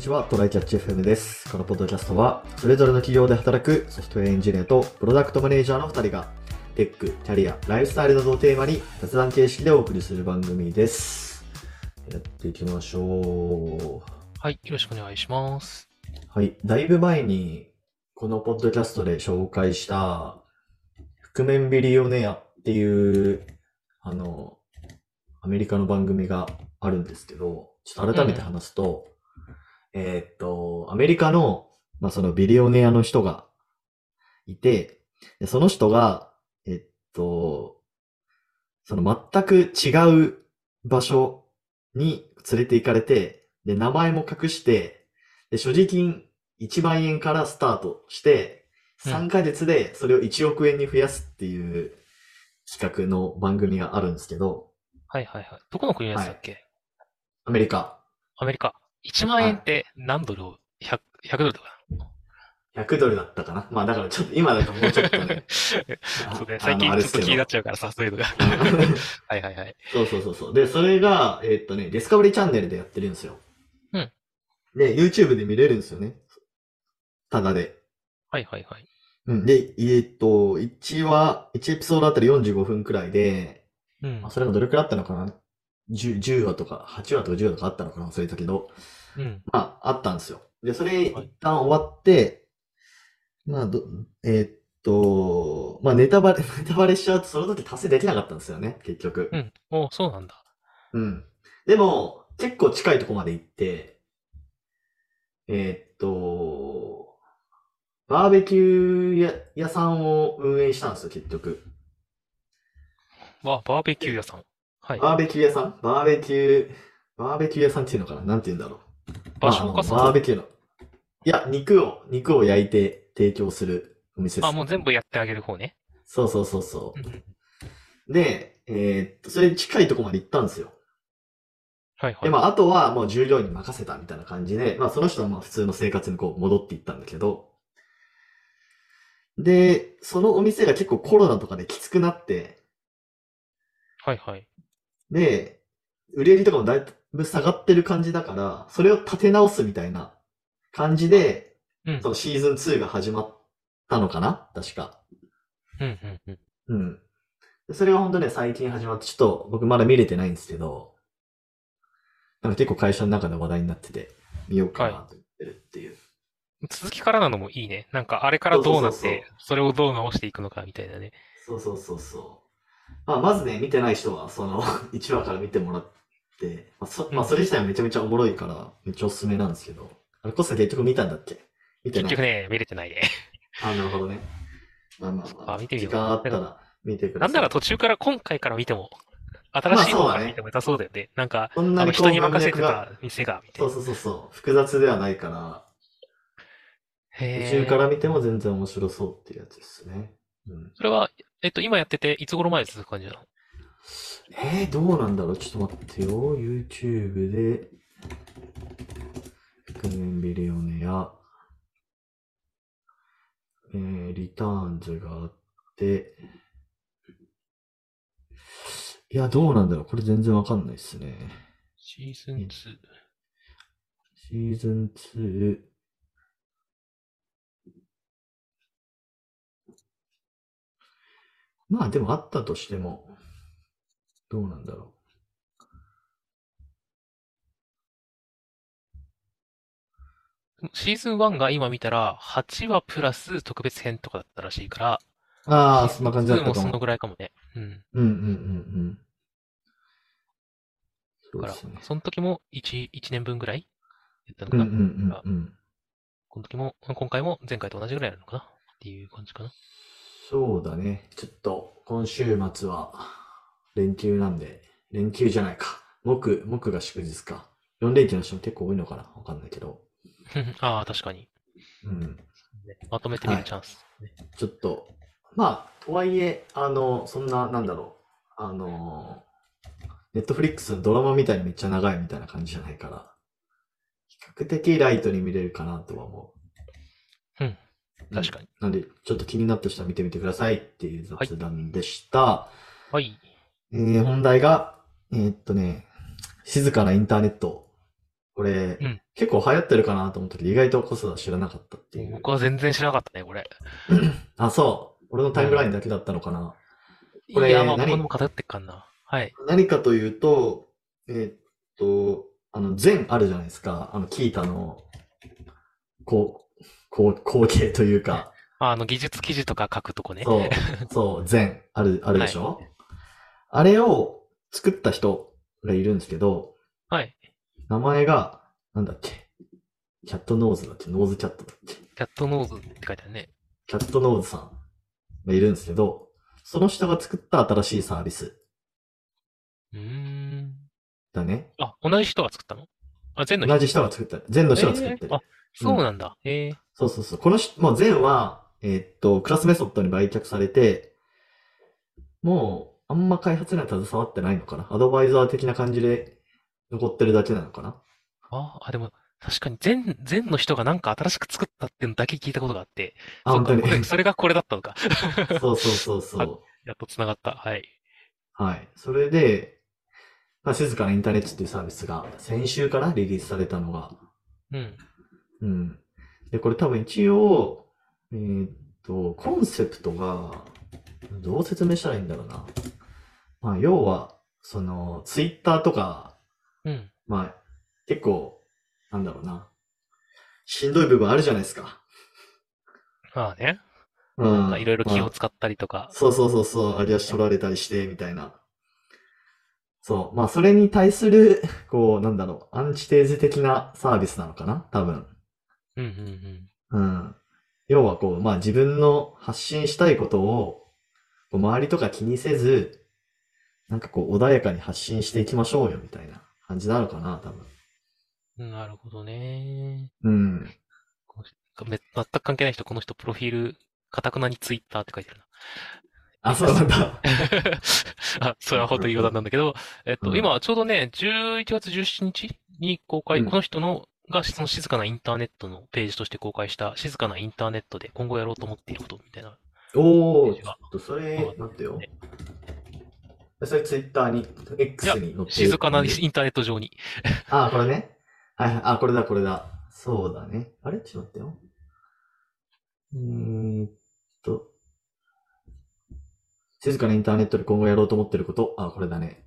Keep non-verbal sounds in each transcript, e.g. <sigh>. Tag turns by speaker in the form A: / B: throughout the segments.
A: ちは、トライキャッチ FM です。このポッドキャストは、それぞれの企業で働くソフトウェアエンジニアとプロダクトマネージャーの2人が、テック、キャリア、ライフスタイルなどをテーマに、雑談形式でお送りする番組です。やっていきましょう。
B: はい、よろしくお願いします。
A: はい。だいぶ前に、このポッドキャストで紹介した、覆面ビリオネアっていう、あの、アメリカの番組があるんですけど、ちょっと改めて話すと、えーっと、アメリカの、まあ、そのビリオネアの人がいて、でその人が、えっと、その全く違う場所に連れて行かれて、で、名前も隠して、で、所持金1万円からスタートして、
B: うん
A: 3ヶ月でそれを1億円に増やすっていう企画の番組があるんですけど、
B: はいはいはい。どこの国のやつだっけ、
A: アメリカ
B: アメリカ。1万円って何ドルを ?100、100ドル
A: <laughs>
B: とか。。
A: 100ドルだったかな。まあだからちょっと、今だからもうちょっとね
B: <laughs> そうね、
A: あ
B: 最
A: あの
B: 近
A: あれ
B: ち
A: ですけ
B: ょっと
A: ど
B: 気にな
A: <laughs>
B: っちゃうからさ、そういうのが。はいはいはい。
A: そうそうそうそう。で、それが、えーっとね、ディスカバリーチャンネルでやってるんですよ。
B: うん。
A: で、YouTube で見れるんですよね。ただで。
B: はいはいはい。
A: うん。で、えーっと、1話、1エピソードあたり45分くらいで、
B: うん
A: まあ、。それがどれくらいあったのかな 10, ?10 話とか、8話とか10話とかあったのかな忘れたけど、
B: うん。
A: まあ、あったんですよ。で、それ、
B: はい
A: 一旦終わって、まあ、ど、えーっと、まあ、ネタバレ、 <laughs> ネタバレしちゃうと、その時達成できなかったんですよね、結局
B: う。ん。おそうなんだ。
A: うん。でも、結構近いとこまで行って、えーっと、バーベキューや屋さんを運営したんですよ、結局。
B: わ、バーベキュー屋さん。はい。
A: バーベキュー屋さんバーベキュー、バーベキュー屋さんっていうのかななんて言うんだろう。
B: 場所か
A: まああのバ
B: さ
A: ー。ベキューの。いや、肉を、肉を焼いて提供するお店です。
B: あ、もう全部やってあげる方ね。
A: そうそうそうそ
B: うん
A: う。で、えーっと、それに近いとこまで行ったんですよ。
B: はいは
A: で、
B: い。
A: まあ、あとはもう従業員に任せたみたいな感じで、まあ、その人はまあ普通の生活にこう戻っていったんだけど、で、そのお店が結構コロナとかできつくなって、
B: はいはい。
A: で、売り上げとかもだいぶ下がってる感じだから、それを立て直すみたいな感じで、
B: うん
A: そ。のシーズン2が始まったのかな確か。
B: うんうんうん。
A: うん。でそれが本当ね、最近始まって、ちょっと僕まだ見れてないんですけど、なんか結構会社の中で話題になってて、見ようかなと思ってるっていう。
B: 続きからなのもいいね。なんか、あれからどうなって、それをどう直していくのかみたいなね。
A: そうそうそうそう。まあ、まずね、見てない人は、その、1話 <laughs> から見てもらって、まあそまあ、それ自体はめちゃめちゃおもろいから、めっちゃおすすめなんですけど、あれ、コスさん結局見たんだっけ見て
B: 結
A: ない。
B: 局ね、見れてないね。
A: あ、なるほどね。まあまあまあ、
B: あ見てみ
A: 時
B: よう
A: 間あったら見てくだ
B: なん
A: さい。
B: なら途中から今回から見ても、新しい方から見ても良さそうだよね。なんか、
A: そん
B: あ
A: な
B: の
A: にこう
B: 人に任せて
A: 文脈
B: た
A: が
B: 店が、みたい
A: そう
B: な。
A: そうそうそう、複雑ではないから、
B: へ
A: 途
B: ー
A: 中から見ても全然面白そうっていうやつですね。うん、
B: それは、えっと、今やってて、いつ頃まで続く感じなの
A: えー、どうなんだろうちょっと待ってよ。YouTube で、覆面ビリオネア、えー、リターンズがあって、いや、どうなんだろうこれ全然わかんないっすね。
B: シーズン2。
A: シーズン2。まあでもあったとしても、どうなんだろ
B: シーズン1が今見たら、8話プラス特別編とかだったらしいから、
A: う。ああ、そんな感じだっ
B: 2
A: た
B: も
A: と
B: そ
A: 思
B: の
A: う。
B: ぐらいかもね。うん。
A: うんうんうんうん。そう
B: だ
A: で
B: から
A: すね、。
B: その時も1、1年分ぐらいやったの
A: う
B: か
A: ん
B: な。
A: うんうんうん。
B: この時も、今回も前回と同じぐらいなのかなっていう感じかな。 <laughs>
A: そうだね。ちょっと、今週末は、連休なんで、連休じゃないか。木、木が祝日か。4連休の人も結構多いのかなわかんないけど。
B: ああ、確かに。
A: うん。
B: まとめてみ
A: は
B: る
A: い
B: チャンス。
A: ちょっと、まあ、とはいえ、あの、そんな、なんだろう、あの、ネットフリックスのドラマみたいにめっちゃ長いみたいな感じじゃないから、比較的ライトに見れるかなとは思う。
B: うん確かに。
A: なんで、ちょっと気になった人は見てみてくださいっていう雑談でした。
B: はい。
A: えー本題が、えーっとね、静かなインターネット俺、
B: うん
A: 結構流行ってるかなと思ったけど、意外とコスは知らなかったっていう。
B: 僕は全然知らなかったね、これ。
A: あ、そう。俺のタイムラインだけだったのかな。これ
B: いや、まあ、
A: 何
B: 僕のも偏ってっかんな。はい。
A: 何かというと、えーっと、あの、禅あるじゃないですか。あの、キータの、こう、こう、光景というか、
B: ああの、技術記事とか書くとこね。
A: そう、そう、禅ある、あるでしょ、あれを作った人がいるんですけど、
B: <laughs> はい。
A: 名前が、なんだっけキャットノーズだっけノーズキャットだっけ
B: キャットノーズって書いてあるね。
A: キャットノーズさんがいるんですけど、その人が作った新しいサービス
B: うーん。
A: だね。
B: あ、同じ人が作ったのあ、全の人
A: 同じ人が作った、禅の人が作ってる。
B: えーあ、そうなんだ。えー
A: そうそうそう。このし、もう善は、えーっと、クラスメソッドに売却されて、もう、あんま開発には携わってないのかなアドバイザー的な感じで残ってるだけなのかな
B: ああ、でも、確かに全、全の人がなんか新しく作ったっていうのだけ聞いたことがあって、
A: あ、
B: そう
A: 本当に
B: かこ。れそれがこれだったのか。
A: <laughs>
B: <laughs>
A: そうそうそうそう。
B: やっと繋がった。はい。
A: はい。それで、まあ、静かなインターネットっていうサービスが、先週かなリリースされたのが。
B: うん。
A: うん。で、これ多分一応、えーっと、コンセプトが、どう説明したらいいんだろうな。まあ、要は、その、ツイッターとか、
B: うん。
A: まあ、結構、なんだろうな。しんどい部分あるじゃないですか。
B: まあね。
A: うん。
B: なんかいろいろ気
A: ま
B: を
A: あ
B: 使ったりとか。
A: そうそうそうそう、有吉取られたりして、みたいな。そう。まあ、それに対する、こう、なんだろう、アンチテーゼ的なサービスなのかな多分。
B: うんうんうん。
A: うん。要はこう、まあ自分の発信したいことを、こう周りとか気にせず、なんかこう穏やかに発信していきましょうよ、みたいな感じなのかな、多分。
B: なるほどね。
A: うん。
B: め全く関係ない人、この人、プロフィール、かたくなにツイッターって書
A: <laughs>
B: いてあるな。
A: あ、そうなん
B: <laughs>
A: だ。
B: あ、それはほんとに余談なんだけど、えっ
A: う
B: と、
A: ん
B: 今、ちょうどね、11月17日に公開、
A: うん
B: この人の、が、その静かなインターネットのページとして公開した、静かなインターネットで今後やろうと思っていることみたいな。
A: おー、
B: ページ
A: ちょ
B: が
A: っとそれ、待ってよ。それツイッターに、X に載ってる。
B: 静かなインターネット上に。
A: あ、これね。はいはい、あ、これだ、これだ。そうだね。あれちょっと待ってよ。うーんと。静かなインターネットで今後やろうと思ってること。あ、これだね。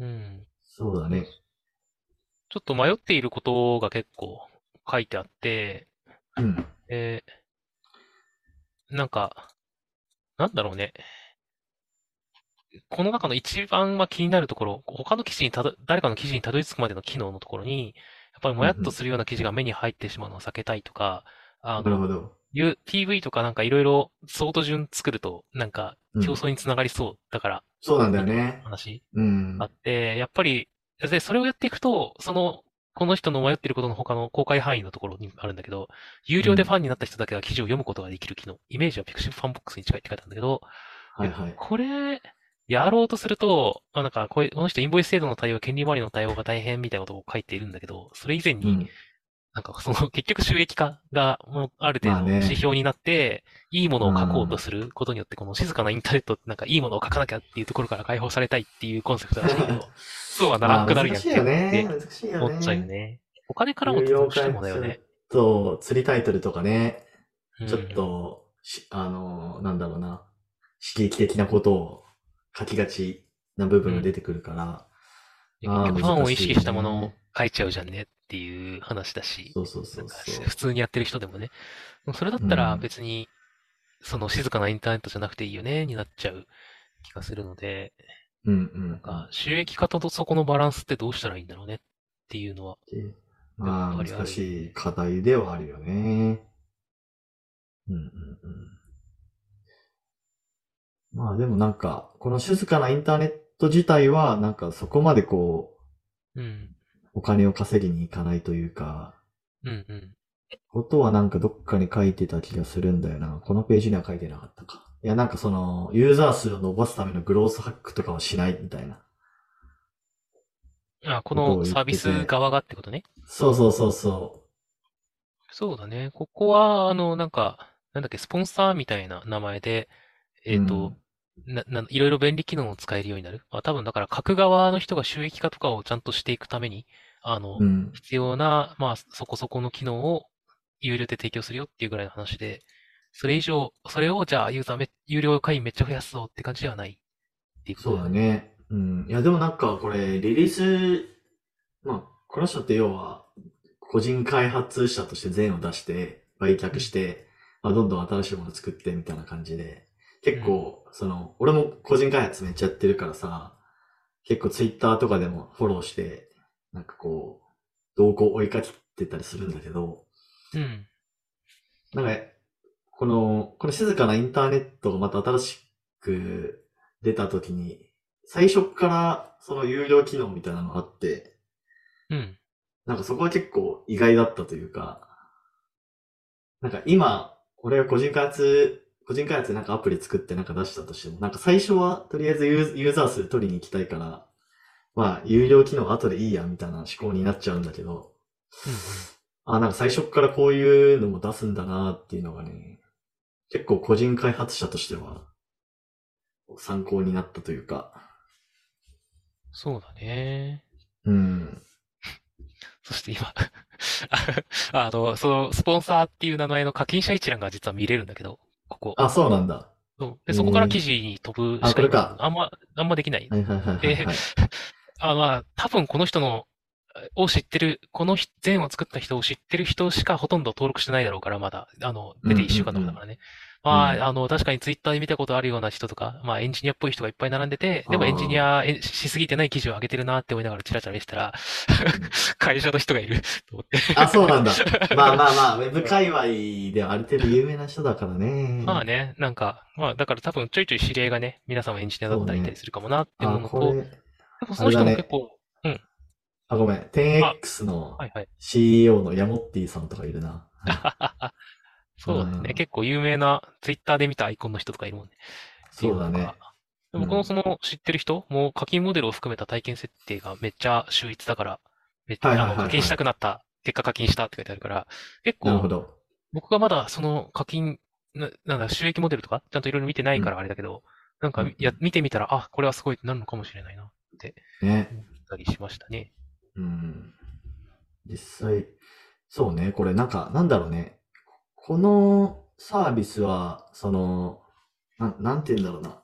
B: うん。
A: そうだね。
B: ちょっと迷っていることが結構書いてあって、
A: うん。
B: えーなんか、なんだろうね。この中の一番は気になるところ、他の記事にたど、誰かの記事にたどり着くまでの機能のところに、やっぱりもやっとするような記事が目に入ってしまうのを避けたいとか、あ
A: なる
B: の、
A: ほど。
B: いう、PV とかなんかいろいろソート順作ると、なんか
A: うん
B: 競争につながりそうだから、
A: そうなんだよね。
B: 話。
A: うん
B: あ。って、やっぱり、で、それをやっていくと、その、この人の迷ってることの他の公開範囲のところにあるんだけど、有料でファンになった人だけが記事を読むことができる機能、イメージはピクシブファンボックスに近いって書いてあるんだけど、
A: はいはい。
B: これ、やろうとすると、あなんかこういう、この人インボイス制度の対応、権利回りの対応が大変みたいなことを書いているんだけど、それ以前
A: う <laughs>
B: に、
A: ん。
B: なんかその結局収益化がもうある
A: ま
B: 程
A: あ
B: 度
A: ね
B: 指標になって、いいものを書こうとすることによって、この静かなインターネットってなんかいいものを書かなきゃっていうところから解放されたいっていうコンセプトらしいけど、そうはならなくなるやん
A: まあ難しいよね。難しいよね。
B: 思っちゃうよね。お金からも
A: 有料
B: どうし
A: 化
B: てもだよね。
A: と、釣りタイトルとかね、
B: うん
A: ちょっと、しあの、なんだろうな、刺激的なことを書きがちな部分が出てくるから、
B: 結局ファンを意識したもの
A: 難しい
B: を書いちゃうじゃんねっていう話だし、
A: そうそうそう
B: なんか
A: そう。
B: 普通にやってる人でもね。でもそれだったら
A: うん
B: 別に、その静かなインターネットじゃなくていいよね、になっちゃう気がするので、
A: うんうん。
B: なんか収益化とそこのバランスってどうしたらいいんだろうねっていうのは、
A: でまあ、
B: やっぱりある
A: 難しい課題ではあるよね。うんうんうん。まあでもなんか、この静かなインターネット自体は、なんかそこまでこ
B: うん、
A: う、お金を稼ぎに行かないというか、
B: うん、うん。
A: ことはなんかどっかに書いてた気がするんだよな。このページには書いてなかったか。いや、なんかその、ユーザー数を伸ばすためのグロースハックとかはしないみたいな。
B: あ、こ
A: ことを言っ
B: の
A: てて
B: サービス側がってことね。
A: そうそうそうそ
B: そうだね。ここは、あの、なんか、なんだっけ、スポンサーみたいな名前で、
A: う。
B: えっと、な、な、いろいろ便利機能を使えるようになる。まあ、多分だから、書く側の人が収益化とかをちゃんとしていくために、あの、
A: うん。
B: 必要な、まあ、そこそこの機能を有料で提供するよっていうぐらいの話で、それ以上、それをじゃあユーザーめ、有料会員めっちゃ増やすぞって感じではないっていうこと
A: そうだね。うん。いや、でもなんかこれ、リリース、まあ、この人って要は、個人開発者として善を出して、売却して、まあ、どんどん新しいもの作ってみたいな感じで、結構、その、俺も個人開発めっちゃやってるからさ、結構ツイッターとかでもフォローして、なんかこう、動向を追いかけてたりするんだけど、
B: うん。
A: なんか、この、この静かなインターネットがまた新しく出たときに、最初からその有料機能みたいなのがあって、
B: うん。
A: なんかそこは結構意外だったというか、なんか今、俺が個人開発、個人開発でなんかアプリ作ってなんか出したとしても、なんか最初はとりあえずユーユーザー数取りに行きたいから、まあ、有料機能後でいいや、みたいな思考になっちゃうんだけど、あ、なんか最初からこういうのも出すんだなっていうのがね、結構個人開発者としては参考になったというか。
B: そうだね。
A: うん。
B: そして今 <laughs> あの、その、スポンサーっていう名前の課金者一覧が実は見れるんだけど、ここ。
A: あ、そうなんだ。
B: そうで、そこから記事に飛ぶ
A: あ
B: し
A: これか
B: 今あんま、あんまできない。
A: はいはいはいはい、はい。
B: あ、まあ、多分この人の、を知ってる、この人善を作った人を知ってる人しかほとんど登録してないだろうから、まだ、あの、出て1週間とかだからね。
A: うん
B: ま
A: うん
B: あ、あの、確かにツイッターで見たことあるような人とか、まあ、エンジニアっぽい人がいっぱい並んでて、でも
A: あー
B: エンジニアえしすぎてない記事を上げてるなって思いながらチラチラ見てたら、会社の人がいると思って。
A: <laughs> あ、そうなんだ。まあまあまあ、ウェブ界隈ではある程度有名な人だからね。
B: <laughs> まあね、なんか、まあ、だから多分ちょいちょい知り合いがね、皆さんもエンジニアだったりいたりするかもなって思
A: あ、
B: うの、
A: ことれ、
B: でもその人も
A: あれだね
B: 結構、
A: あ、ごめん。10X の
B: はいはい。
A: CEO のヤモッティさんとかいるな。
B: そうだ
A: うん
B: ね。結構有名な、ツイッターで見たアイコンの人とかいるもんね。
A: そうだね。。
B: でもこ
A: う
B: の
A: ん
B: その知ってる人も課金モデルを含めた体験設定がめっちゃ秀逸だから、めっちゃ、
A: はいはいはいはい
B: あの課金したくなった、結果課金したって書いてあるから、結
A: なるほ
B: 構
A: ど。
B: 僕がまだその課金、ななんだ、収益モデルとかちゃんといろいろ見てないからあれだけど、なん
A: う
B: か
A: ん
B: や見てみたら、あ、これはすごいってなるのかもしれないな、
A: ね。
B: たりしましたね。
A: うん。実際、そうね、これなんか、なんだろうね。このサービスは、その、なん、なんて言うんだろうな。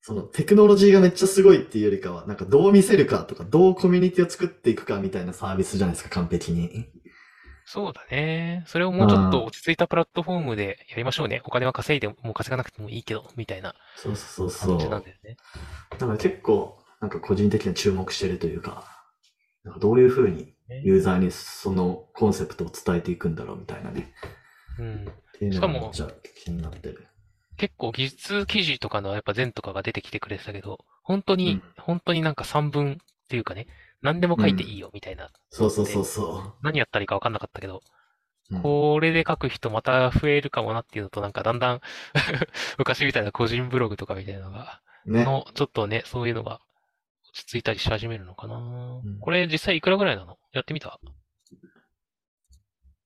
A: そのテクノロジーがめっちゃすごいっていうよりかは、なんかどう見せるかとか、どうコミュニティを作っていくかみたいなサービスじゃないですか、完璧に。
B: そうだね。それをもうちょっと落ち着いたプラットフォームでやりましょうね。お金は稼いでも、もう稼がなくてもいいけど、みたいな
A: そうそうそうそ
B: 感じ
A: う。
B: な
A: だ
B: んだよね。
A: から結構、なんか個人的には注目してるというか、なんかどういうふうにユーザーにそのコンセプトを伝えていくんだろうみたいなね。
B: うん。
A: っていうの
B: し
A: が
B: か
A: め
B: も
A: っちゃ気になってる。
B: 結構技術記事とかのやっぱ全とかが出てきてくれてたけど、本当に、
A: うん
B: 本当になんか散文っていうかね、何でも書いていいよみたいな、
A: そうそうそうそう。
B: 何やったらいいか分かんなかったけど、
A: うん
B: これで書く人また増えるかもなっていうのと、なんかだんだ <laughs> ん昔みたいな個人ブログとかみたいなのが、
A: ね。
B: の、ちょっとね、そういうのが落ち着いたりし始めるのかな
A: うん。
B: これ実際いくらぐらいなのやってみた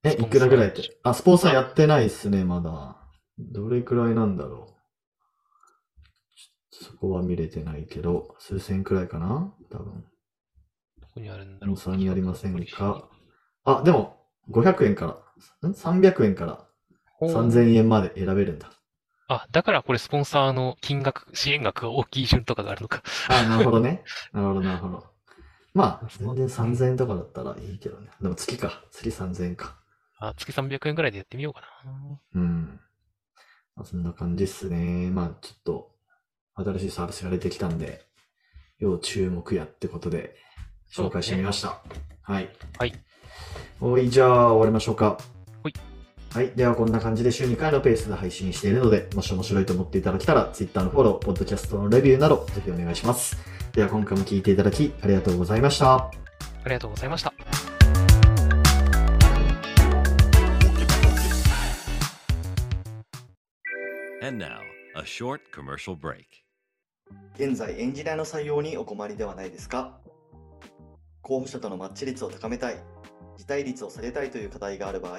A: え、
B: スポンサー
A: いくらぐらいって。あ、スポンサーやってないっすね、まだ。どれくらいなんだろう。ちょっとそこは見れてないけど、数千くらいかな多分。
B: どこにあるん
A: ス
B: だろ
A: ポ
B: う
A: ンサーにありませんか。あ、でも、500円から、ん ?300 円から
B: ほう
A: 3000円まで選べるんだ。
B: あ、だからこれスポンサーの金額、支援額が大きい順とかがあるのか。
A: あ、なるほど <laughs> ね。なるほど、なるほど。まあ、
B: そ
A: 全
B: う
A: 然3000円とかだったらいいけどね。でも月か。月3000円か。
B: あ、月300円ぐらいでやってみようかな。
A: うん。まあ、そんな感じっすね。まあ、ちょっと、新しいサービスが出てきたんで、要注目やってことで、紹介してみました。はい。
B: はい。
A: おい、じゃあ、終わりましょうか。
B: ほい。
A: はい。では、こんな感じで週2回のペースで配信しているので、もし面白いと思っていただけたら、Twitter のフォロー、ポッドキャストのレビューなど、ぜひお願いします。では、今回も聞いていただき、ありがとうございました。
B: ありがとうございました。
C: And now, a short commercial break.
A: 現在エンジニアの採用にお困りではないですか候補者とのマッチ率を高めたい辞退率を下げたいという課題がある場合